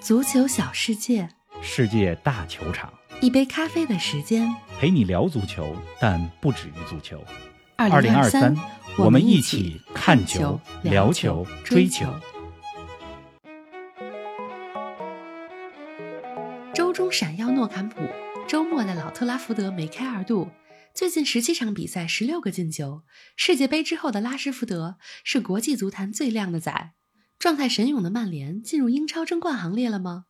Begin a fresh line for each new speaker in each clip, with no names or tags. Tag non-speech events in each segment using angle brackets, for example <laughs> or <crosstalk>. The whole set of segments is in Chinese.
足球小世界，
世界大球场，
一杯咖啡的时间。
陪你聊足球，但不止于足球。
二零
二
三，
我
们
们
一
一起看球、聊球、追球。
周中闪耀诺坎普，周末的老特拉福德梅开二度。最近十七场比赛，十六个进球。世界杯之后的拉什福德是国际足坛最靓的仔。状态神勇的曼联进入英超争冠行列了吗？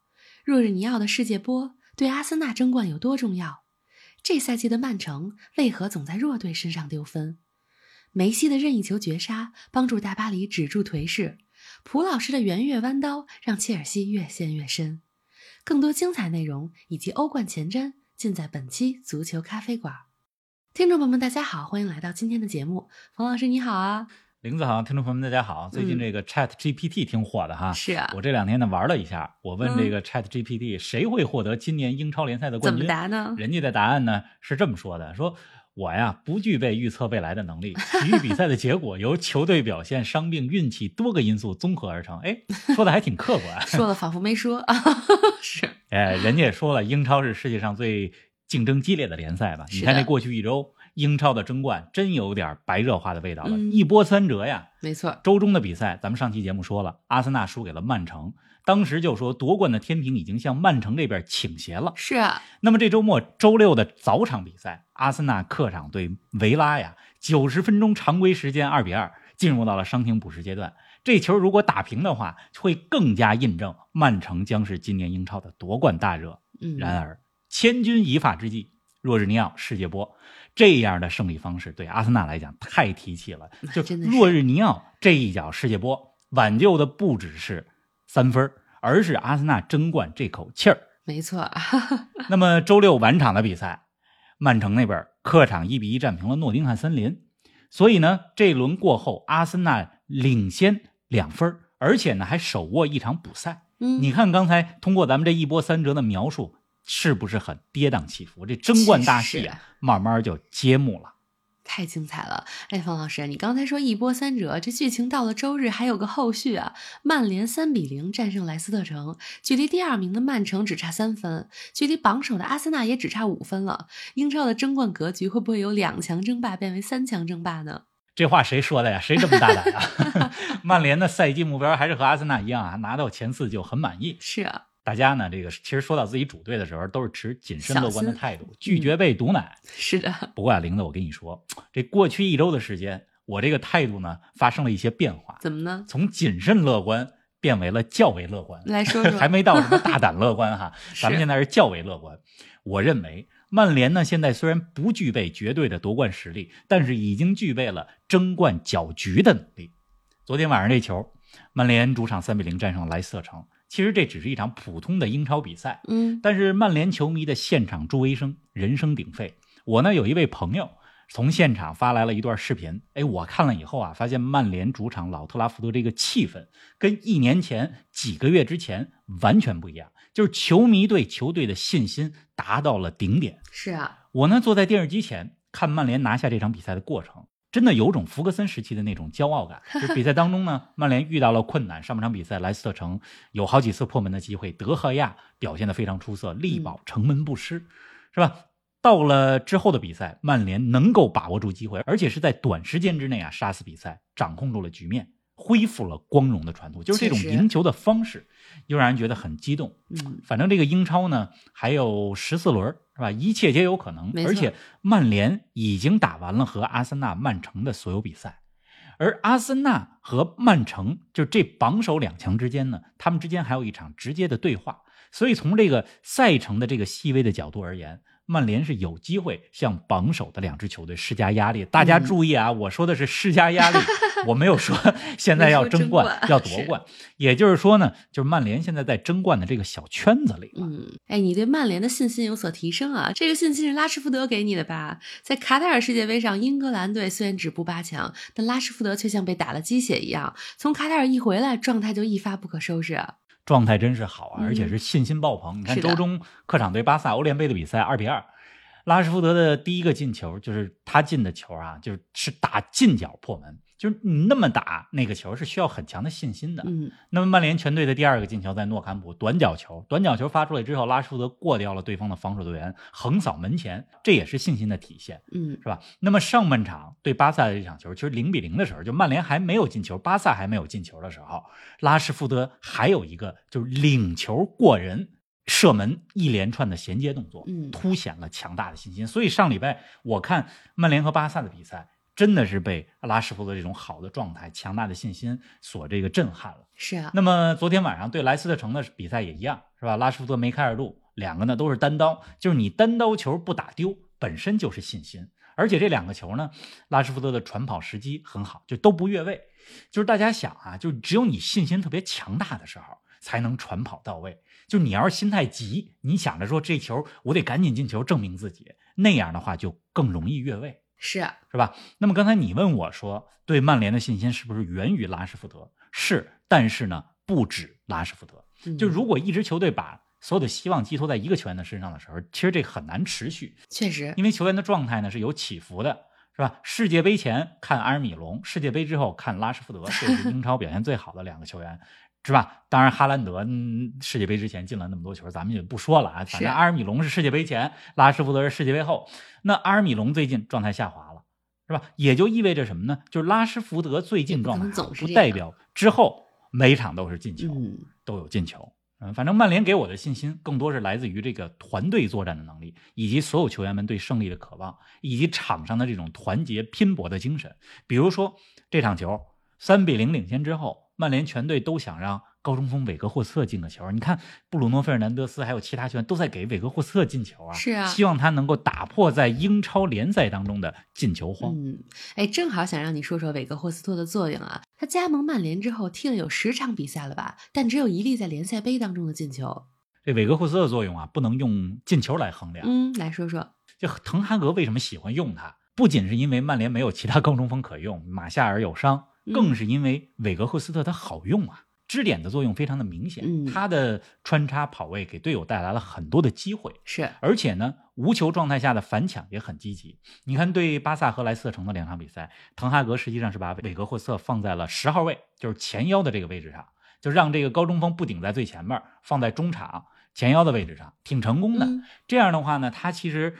若日尼奥的世界波对阿森纳争冠有多重要？这赛季的曼城为何总在弱队身上丢分？梅西的任意球绝杀帮助大巴黎止住颓势，普老师的圆月弯刀让切尔西越陷越深。更多精彩内容以及欧冠前瞻，尽在本期足球咖啡馆。听众朋友们，大家好，欢迎来到今天的节目。冯老师你好啊，
林子好，听众朋友们，大家好。最
嗯
近这个 Chat GPT 挺火的哈，
是啊，
我这两天呢玩了一下，我问这
嗯
个 Chat GPT 谁会获得今年英超联赛的
怎
冠
么
军？
答呢？。
人家的答案呢是这么说的：说我呀不具备预测未来的能力，体育比赛的结果由球队表现、伤病、运气多个因素综合而成。哎，说的还挺客观
说了仿佛没
<laughs>
说 <laughs> 啊，是
哎，人家也说了，英超是世界上最竞争激烈的联赛吧？你
是
看
的
这过去一周，英超的争冠真有点白热化的味道了，
嗯
一波三折呀。
没错，
周中的比赛，咱们上期节目说了，阿森纳输给了曼城，当时就说夺冠的天平已经向曼城这边倾斜了。
是啊，
那么这周末周六的早场比赛，阿森纳客场对维拉呀，九十分钟常规时间二比二进入到了伤停补时阶段。这球如果打平的话，会更加印证曼城将是今年英超的夺冠大热。
嗯，
然而，千钧一发之际，若日尼奥世界波这样的胜利方式对阿森纳来讲太提气了。就
真的是
若日尼奥这一脚世界波挽救的不只是三分儿，而是阿森纳争冠这口
<laughs>
气儿。
没错，
<laughs> 那么周六晚场的比赛，曼城那边客场一比一战平了诺丁汉森林，所以呢，这轮过后，阿森纳领先两分儿，而且呢还手握一场补赛。
嗯，
你看刚才通过咱们这一波三折的描述，是不是很跌宕起伏？这争冠大戏
确实
啊，慢慢就揭幕了。
太精彩了！哎，方老师，你刚才说一波三折，这剧情到了周日还有个后续啊。曼联三比零战胜莱斯特城，距离第二名的曼城只差三分，距离榜首的阿森纳也只差五分了。英超的争冠格局会不会由两强争霸变为三强争霸呢？
这话谁说的呀？谁这么大胆
<laughs>
啊？曼联的赛季目标还是和阿森纳一样啊，拿到前四就很满意。
是啊，
大家呢，这个其实说到自己主队的时候，都是持谨慎
小
乐观的
心
态度，拒绝被毒奶。
是的，
不过啊，玲子，我跟你说，这过去一周的时间，我这个态度呢发生了一些变化，
怎么呢？
从谨慎乐观变为了较为乐观，
来嗯说说，
<laughs> 还没到什么大胆乐观哈，
是
咱们现在是较为乐观。我认为曼联呢，现在虽然不具备绝对的夺冠实力，但是已经具备了争冠搅局的能力。昨天晚上这球，曼联主场三比零战胜莱斯特城，其实这只是一场普通的英超比赛，
嗯
但是曼联球迷的现场助威声人声鼎沸。我呢有一位朋友从现场发来了一段视频，哎，我看了以后啊，发现曼联主场老特拉福德这个气氛跟一年前、几个月之前完全不一样，就是球迷对球队的信心达到了顶点。
是啊，
我呢坐在电视机前看曼联拿下这场比赛的过程，真的有种福格森时期的那种骄傲感。就是比赛当中呢，曼联遇到了困难，上半场比赛莱斯特城有好几次破门的机会，德赫亚表现得非常出色，力
嗯
保城门不失，是吧？到了之后的比赛，曼联能够把握住机会，而且是在短时间之内啊杀死比赛，掌控住了局面，恢复了光荣的传统。就是这种
确实
赢球的方式，又让人觉得很激动。
嗯
反正这个英超呢还有十四轮儿，是吧？一切皆有可能
没。错
而且曼联已经打完了和阿森纳、曼城的所有比赛，而阿森纳和曼城就这榜首两强之间呢，他们之间还有一场直接的对话。所以从这个赛程的这个细微的角度而言，曼联是有机会向榜首的两支球队施加压力。大家
嗯
注意啊，我说的是施加压
<laughs>
力，我没有说现在要
没说
争冠、
争冠
要夺
<laughs> 是
冠。也就是说呢，就是曼联现在在争冠的这个小圈子里了。
嗯，哎，你对曼联的信心有所提升啊！这个信心是拉什福德给你的吧？在卡塔尔世界杯上，英格兰队虽然止步八强，但拉什福德却像被打了鸡血一样，从卡塔尔一回来，状态就一发不可收拾。
状态真是好啊，
嗯
而且是信心爆棚。你看
是的
周中客场对巴萨欧联杯的比赛二比二，拉什福德的第一个进球就是他进的球啊，就是是打近角破门，就是你那么打那个球是需要很强的信心的。
嗯
那么曼联全队的第二个进球在诺坎普短角球，短角球发出来之后，拉什福德过掉了对方的防守队员，横扫门前，这也是信心的体现，
嗯
是吧？那么上半场对巴萨的这场球，其实零比零的时候，就曼联还没有进球，巴萨还没有进球的时候，拉什福德还有一个就是领球过人。射门一连串的衔接动作，
嗯
凸显了强大的信心。所以上礼拜我看曼联和巴萨的比赛，真的是被拉什福德这种好的状态、强大的信心所这个震撼了。
是啊，
那么昨天晚上对莱斯特城的比赛也一样，是吧？拉什福德、梅开二度，两个呢都是单刀，就是你单刀球不打丢，本身就是信心。而且这两个球呢， <laughs> 拉什福德的传跑时机很好，就都不越位。就是大家想啊，就是只有你信心特别强大的时候，才能传跑到位。就是你要是心态急，你想着说这球我得赶紧进球证明自己，那样的话就更容易越位。
是啊，
是吧？那么刚才你问我说，对曼联的信心是不是源于拉什福德？是，但是呢，不止拉什福德。
嗯
就如果一支球队把所有的希望寄托在一个球员的身上的时候，其实这很难持续，
确实，
因为球员的状态呢是有起伏的，是吧？世界杯前看阿尔米隆，世界杯之后看拉什福德，这是英超表现最好的两个球员。是吧？当然，哈兰德、嗯、世界杯之前进了那么多球，咱们就不说了啊。反
是
正阿尔米隆是世界杯前，拉什福德是世界杯后。那阿尔米隆最近状态下滑了，是吧？也就意味着什么呢？就是拉什福德最近
也不
状
能
态好
总是
不
这
代
样
表之后每场都是进球。
嗯
都有进球。嗯，反正曼联给我的信心更多是来自于这个团队作战的能力，以及所有球员们对胜利的渴望，以及场上的这种团结拼搏的精神。比如说这场球三比零领先之后，曼联全队都想让高中锋韦格霍斯特进个球。你看，布鲁诺·费尔南德斯还有其他球员都在给韦格霍斯特进球啊，
是啊
希望他能够打破在英超联赛当中的进球荒。
嗯，哎，正好想让你说说韦格霍斯托的作用啊。他加盟曼联之后踢了有十场比赛了吧，但只有一粒在联赛杯当中的进球。
这韦格霍斯特的作用啊，不能用进球来衡量，
嗯，来说说，
就滕哈格为什么喜欢用他？不仅是因为曼联没有其他高中锋可用，马夏尔有伤，
嗯
更是因为韦格霍斯特他好用啊，支点的作用非常的明显，
嗯
他的穿插跑位给队友带来了很多的机会，
是
而且呢，无球状态下的反抢也很积极。你看，对巴萨和莱斯特城的两场比赛，滕哈格实际上是把韦格霍斯特放在了十号位，就是前腰的这个位置上，就让这个高中锋不顶在最前面，放在中场前腰的位置上，挺成功的。
嗯
这样的话呢，他其实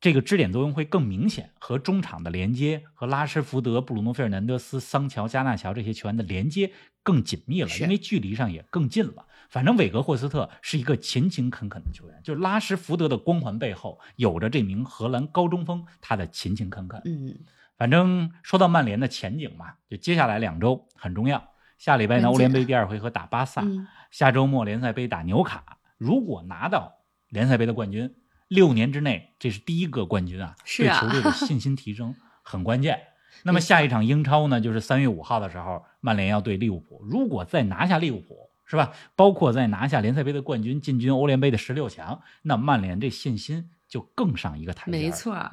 这个支点作用会更明显，和中场的连接，和拉什福德、布鲁诺·费尔南德斯、桑乔、加纳乔这些球员的连接更紧密了，
是
因为距离上也更近了。反正韦格霍斯特是一个勤勤恳恳的球员，就是拉什福德的光环背后有着这名荷兰高中锋他的勤勤恳恳。
嗯，
反正说到曼联的前景嘛，就接下来两周很重要。下礼拜呢，
关键
欧联杯第二回合打巴萨，
嗯
下周末联赛杯打纽卡，如果拿到联赛杯的冠军，六年之内这是第一个冠军啊，
是啊
对球队的信心
<laughs>
提升很关键。那么下一场英超呢，就是三月五号的时候，曼联要对利物浦。如果再拿下利物浦，是吧？包括再拿下联赛杯的冠军，进军欧联杯的十六强，那曼联这信心就更上一个台阶。
没。错儿。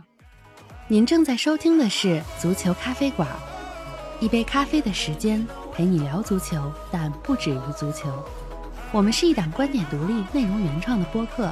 您正在收听的是《足球咖啡馆》，一杯咖啡的时间陪你聊足球，但不止于足球。我们是一档观点独立、内容原创的播客。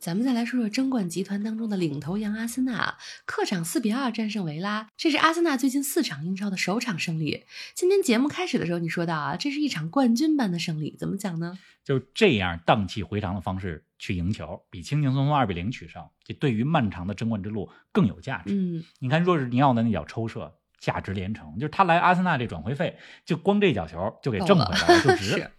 咱们再来说说争冠集团当中的领头羊阿森纳啊，客场四比二战胜维拉，这是阿森纳最近四场英超的首场胜利。今天节目开始的时候，你说到啊，这是一场冠军般的胜利，怎么讲呢？
就这样荡气回肠的方式去赢球，比轻轻松松二比零取胜，这对于漫长的争冠之路更有价值。
嗯，
你看若日尼奥的那脚抽射，价值连城，就是他来阿森纳这转会费，就光这脚球就给挣回来了，就值
是。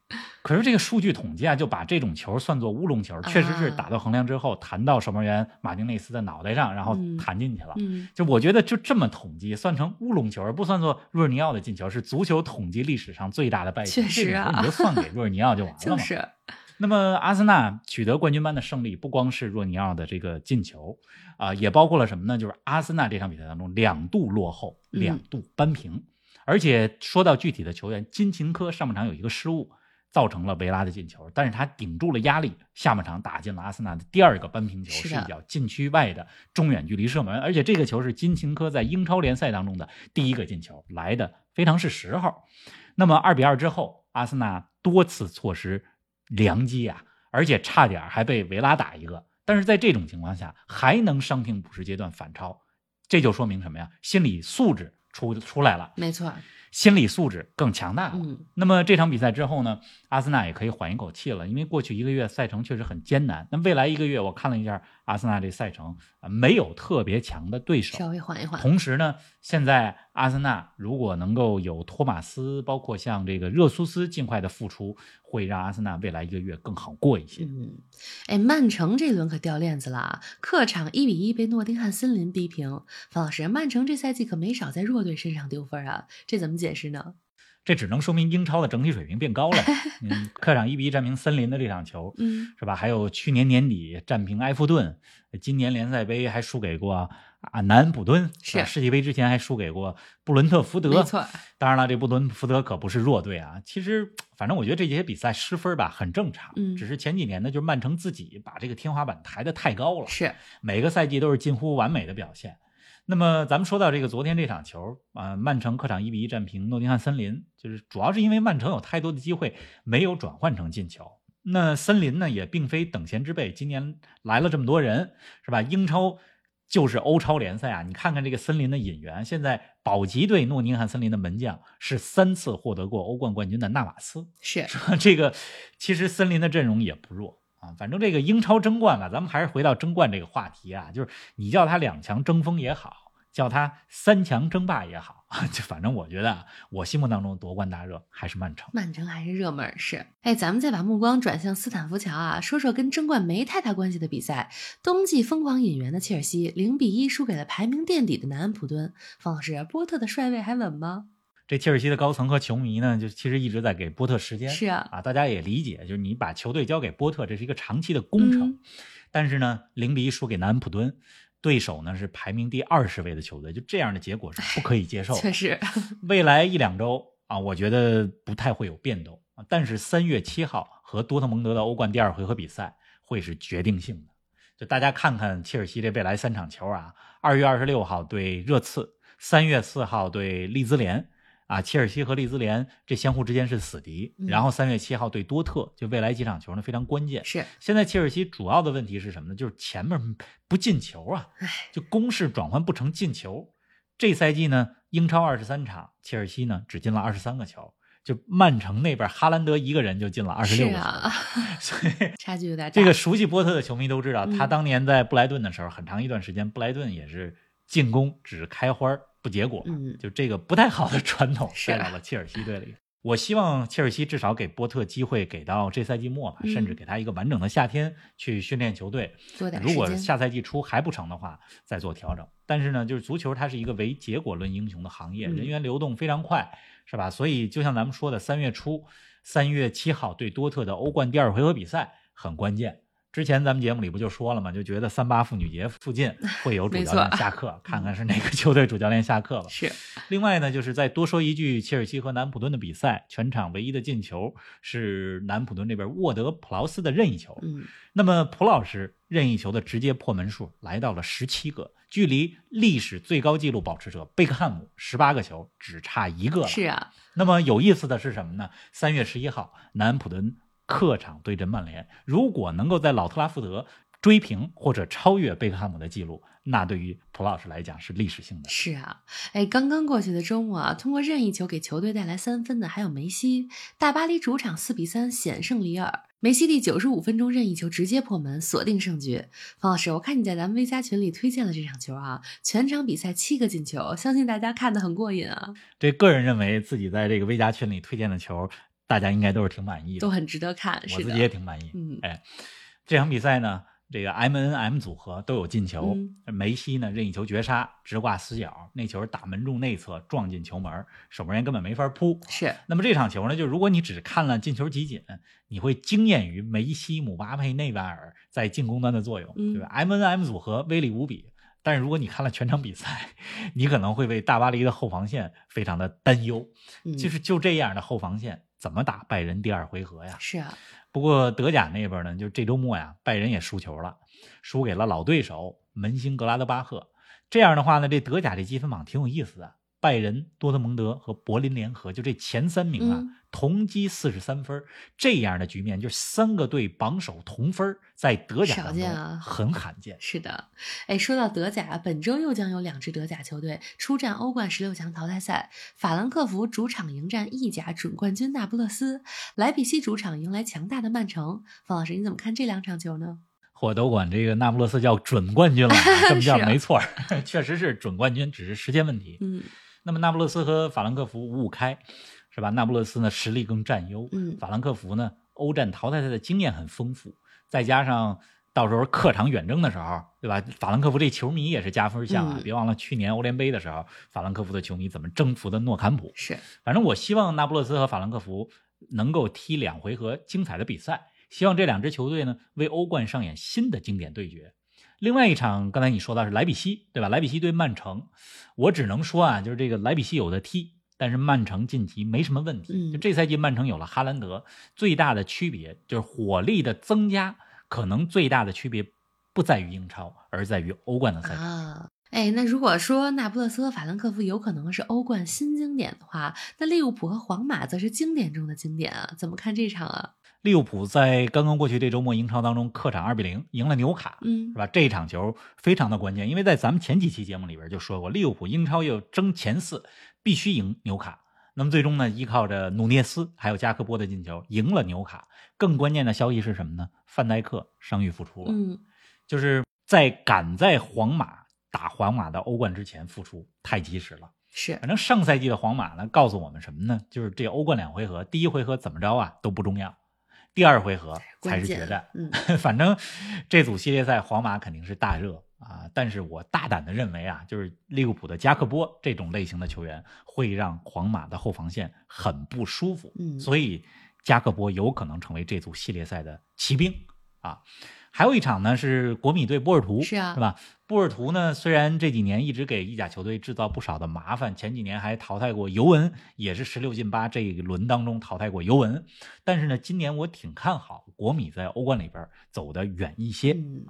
可是这个数据统计啊，就把这种球算作乌龙球，确实
啊
是打到横梁之后弹到守门员马丁内斯的脑袋上，然后
嗯
弹进去了。
嗯，
就我觉得就这么统计算成乌龙球，而不算作若日尼奥的进球，是足球统计历史上最大的败笔。
确实啊 <laughs>
这种球你就算给若日尼奥就完了嘛。
就是，
那么阿森纳取得冠军班的胜利，不光是若尼奥的这个进球啊、也包括了什么呢？就是阿森纳这场比赛当中两度落后，
嗯
两度扳平。而且说到具体的球员，金琴科上半场有一个失误，造成了维拉的进球，但是他顶住了压力，下半场打进了阿森纳的第二个扳平球，
是
是
的
一脚禁区外的中远距离射门，而且这个球是金琴科在英超联赛当中的第一个进球，来的非常是时候。那么二比二之后，阿森纳多次错失良机啊，而且差点还被维拉打一个。但是在这种情况下，还能伤停补时阶段反超，这就说明什么呀？心理素质出出来了，
没错儿，
心理素质更强大了。
嗯
那么这场比赛之后呢，阿森纳也可以缓一口气了，因为过去一个月赛程确实很艰难。那未来一个月，我看了一下阿森纳这赛程，呃没有特别强的对手
稍。微缓一缓。
同时呢，现在阿森纳如果能够有托马斯，包括像这个热苏斯尽快的复出，会让阿森纳未来一个月更好过一些。
嗯，哎，曼城这轮可掉链子了啊！客场一比一被诺丁汉森林逼平。方老师，曼城这赛季可没少在弱队身上丢分啊，这怎么解释呢？
这只能说明英超的整体水平变高了。嗯，客场一比一战平森林的这场球，
嗯，
是吧？还有去年年底战平埃弗顿，今年联赛杯还输给过啊南安普敦，
是
吧世界杯之前还输给过布伦特福德，
没错儿。
当然了，这布伦特福德可不是弱队啊。其实，反正我觉得这些比赛失分吧很正常，
嗯
只是前几年呢，就是曼城自己把这个天花板抬得太高了，
是，
每个赛季都是近乎完美的表现。那么咱们说到这个昨天这场球啊、曼城客场一比一战平诺丁汉森林，就是主要是因为曼城有太多的机会没有转换成进球。那森林呢也并非等闲之辈，今年来了这么多人，是吧？英超就是欧超联赛啊，你看看这个森林的引援，现在保级队诺丁汉森林的门将是三次获得过欧冠冠军的纳瓦斯，
是，
<laughs> 这个其实森林的阵容也不弱啊。反正这个英超争冠吧，咱们还是回到争冠这个话题啊，就是你叫他两强争锋也好，叫他三强争霸也好， <laughs> 就反正我觉得啊我心目当中夺冠大热还是曼城。
曼城还是热门儿是。哎，咱们再把目光转向斯坦福桥啊，说说跟争冠没太大关系的比赛。冬季疯狂引援的切尔西零比一输给了排名垫底的南安普敦。方老师，波特的帅位还稳吗？
这切尔西的高层和球迷呢，就其实一直在给波特时间。
是啊，
啊，大家也理解，就是你把球队交给波特，这是一个长期的工程。
嗯
但是呢，零比一输给南安普敦，对手呢是排名第二十位的球队，就这样的结果是不可以接受的。
<laughs> 确实，
未来一两周啊，我觉得不太会有变动。啊但是三月七号和多特蒙德的欧冠第二回合比赛会是决定性的。就大家看看切尔西这未来三场球啊，二月二十六号对热刺，三月四号对利兹联。啊，切尔西和利兹联这相互之间是死敌，
嗯
然后三月七号对多特，就未来几场球呢非常关键。
是
现在切尔西主要的问题是什么呢？就是前面不进球啊
唉，
就攻势转换不成进球。这赛季呢，英超二十三场，切尔西呢只进了二十三个球，就曼城那边哈兰德一个人就进了二十
是
六个球。
啊，
所以
<laughs> 差距有点大。
这个熟悉波特的球迷都知道，
嗯
他当年在布莱顿的时候，很长一段时间布莱顿也是进攻只开花儿不结果，
嗯
就这个不太好的传统
是
带到了切尔西队里。我希望切尔西至少给波特机会，给到这赛季末吧，
嗯
甚至给他一个完整的夏天去训练球队。
多点
如
时
果
间。
下赛季初还不成的话，再做调整。但是呢，就是足球它是一个唯结果论英雄的行业，
嗯
人员流动非常快，是吧？所以就像咱们说的，三月初，三月七号对多特的欧冠第二回合比赛很关键。之前咱们节目里不就说了嘛，就觉得三八妇女节附近会
<laughs>
有主
没
教
错
练下课，看看是哪个球队主教练下课吧。
<laughs> 是
另外呢，就是再多说一句，切尔西和南普敦的比赛，全场唯一的进球是南普敦这边沃德普劳斯的任意球，
嗯，
那么蒲老师任意球的直接破门数来到了十七个，距离历史最高纪录保持者贝克汉姆十八个球只差一个了。
是啊，
那么有意思的是什么呢？三月十一号，南安普敦客场对阵曼联，如果能够在老特拉福德追平或者超越贝克汉姆的记录，那对于蒲老师来讲是历史性的。
是啊。哎，刚刚过去的周末啊，通过任意球给球队带来三分的还有梅西。大巴黎主场四比三险胜里尔，梅西第九十五分钟任意球直接破门锁定胜局。方老师，我看你在咱们微加群里推荐了这场球啊，全场比赛七个进球，相信大家看得很过瘾啊，
这个人认为自己在这个微加群里推荐的球，大家应该都是挺满意的
都。很值得看。
我
是
自
的
己，也挺满意。
嗯
哎，这场比赛呢，这个 M N M 组合都有进球。
嗯
梅西呢任意球绝杀，直挂死角，那球打门柱内侧撞进球门，守门员根本没法扑。
是，
那么这场球呢，就如果你只看了进球集锦，你会惊艳于梅西、姆巴佩、内瓦尔在进攻端的作用，
嗯
对吧？M N M 组合威力无比。但是如果你看了全场比赛， <laughs> 你可能会为大巴黎的后防线非常的担忧。
嗯
就是就这样的后防线，怎么打拜仁第二回合呀？
是啊，
不过德甲那边呢，就这周末呀，拜仁也输球了，输给了老对手门兴格拉德巴赫。这样的话呢，这德甲这积分榜挺有意思的。拜仁、多特蒙德和柏林联合，就这前三名啊，
嗯
同积四十三分儿，这样的局面就是三个队榜首同分儿，在德甲
少
当
见
中
啊
很罕见。
是的，哎，说到德甲，本周又将有两支德甲球队出战欧冠十六强淘汰赛。法兰克福主场迎战意甲准冠军那不勒斯，莱比锡主场迎来强大的曼城。方老师，你怎么看这两场球呢？
我都管这个那不勒斯叫准冠军了，
<laughs>
这么叫
是啊
没错儿， <laughs> 确实是准冠军，只是时间问题。
嗯
那么那不勒斯和法兰克福五五开，是吧？那不勒斯呢实力更占优，
嗯
法兰克福呢欧战淘汰赛的经验很丰富，再加上到时候客场远征的时候，对吧？法兰克福这球迷也是加分项啊！
嗯
别忘了去年欧联杯的时候，法兰克福的球迷怎么征服的诺坎普。
是，
反正我希望那不勒斯和法兰克福能够踢两回合精彩的比赛，希望这两支球队呢为欧冠上演新的经典对决。另外一场，刚才你说到是莱比锡，对吧？莱比锡对曼城，我只能说啊，就是这个莱比锡有的踢，但是曼城晋级没什么问题。
嗯
就这赛季曼城有了哈兰德，最大的区别就是火力的增加，可能最大的区别不在于英超，而在于欧冠的赛场。
啊。哎，那如果说那不勒斯和法兰克福有可能是欧冠新经典的话，那利物浦和皇马则是经典中的经典啊！怎么看这场啊？
利物浦在刚刚过去这周末英超当中客场二比零赢了纽卡，
嗯
是，吧？这一场球非常的关键，因为在咱们前几期节目里边就说过，利物浦英超要争前四，必须赢纽卡。那么最终呢，依靠着努涅斯还有加克波的进球，赢了纽卡。更关键的消息是什么呢？范戴克伤愈复出了，
嗯，
就是在赶在皇马打皇马的欧冠之前复出，太及时了。
是
反正上赛季的皇马呢，告诉我们什么呢？就是这欧冠两回合，第一回合怎么着啊都不重要，第二回合才
关
是
键
决战。
嗯，
反正这组系列赛皇马肯定是大热啊，但是我大胆的认为啊，就是利物浦的加克波这种类型的球员会让皇马的后防线很不舒服，
嗯
所以加克波有可能成为这组系列赛的骑兵啊。还有一场呢是国米对波尔图，
是啊
是吧？波尔图呢，虽然这几年一直给意甲球队制造不少的麻烦，前几年还淘汰过尤文，也是十六进八这一轮当中淘汰过尤文，但是呢，今年我挺看好国米在欧冠里边走得远一些。
嗯，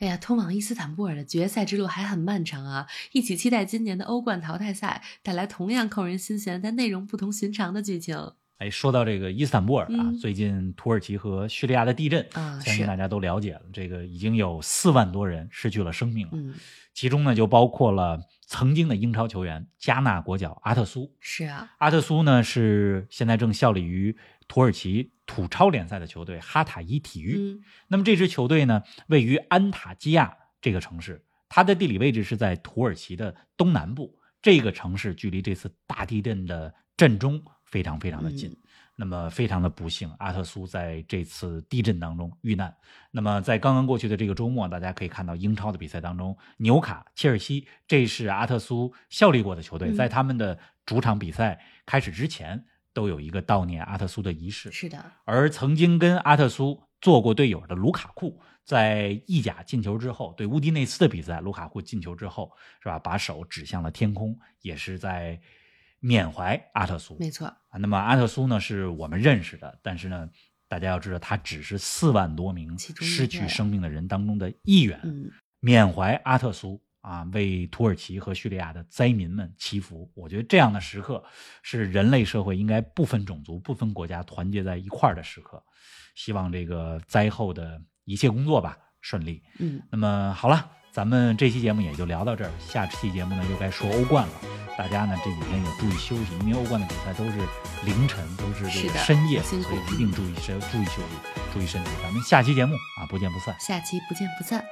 哎呀，通往伊斯坦布尔的决赛之路还很漫长啊！一起期待今年的欧冠淘汰赛带来同样扣人心弦但内容不同寻常的剧情
哎，说到这个伊斯坦布尔啊，
嗯
最近土耳其和叙利亚的地震，
啊！
相信大
是，
家都了解了，这个已经有四万多人失去了生命了，
嗯，
其中呢就包括了曾经的英超球员加纳国脚阿特苏。
是啊，
阿特苏呢是现在正效力于土耳其土超联赛的球队哈塔伊体育。
嗯
那么这支球队呢，位于安塔基亚这个城市，它的地理位置是在土耳其的东南部。这个城市距离这次大地震的震中非常非常的近。
嗯
那么非常的不幸，阿特苏在这次地震当中遇难。那么在刚刚过去的这个周末，大家可以看到英超的比赛当中，纽卡、切尔西，这是阿特苏效力过的球队，
嗯
在他们的主场比赛开始之前，都有一个悼念阿特苏的仪式。
是的，
而曾经跟阿特苏做过队友的卢卡库，在意甲进球之后，对乌迪内斯的比赛，卢卡库进球之后，是吧？把手指向了天空，也是在缅怀阿特苏。
没错，
啊，那么阿特苏呢是我们认识的，但是呢，大家要知道，他只是四万多名
其中一
失去
位
生命的人当中的一员。
嗯，
缅怀阿特苏啊，为土耳其和叙利亚的灾民们祈福。我觉得这样的时刻是人类社会应该不分种族、不分国家团结在一块儿的时刻。希望这个灾后的一切工作吧顺利。
嗯，
那么好了，咱们这期节目也就聊到这儿，下期节目呢又该说欧冠了。大家呢这几天也注意休息，因为欧冠的比赛都是凌晨，都是这
是
个
的
深夜，所
辛
以
苦
一定注意身注意休息，注意身体。咱们下期节目啊，不见不散。
下期不见不散，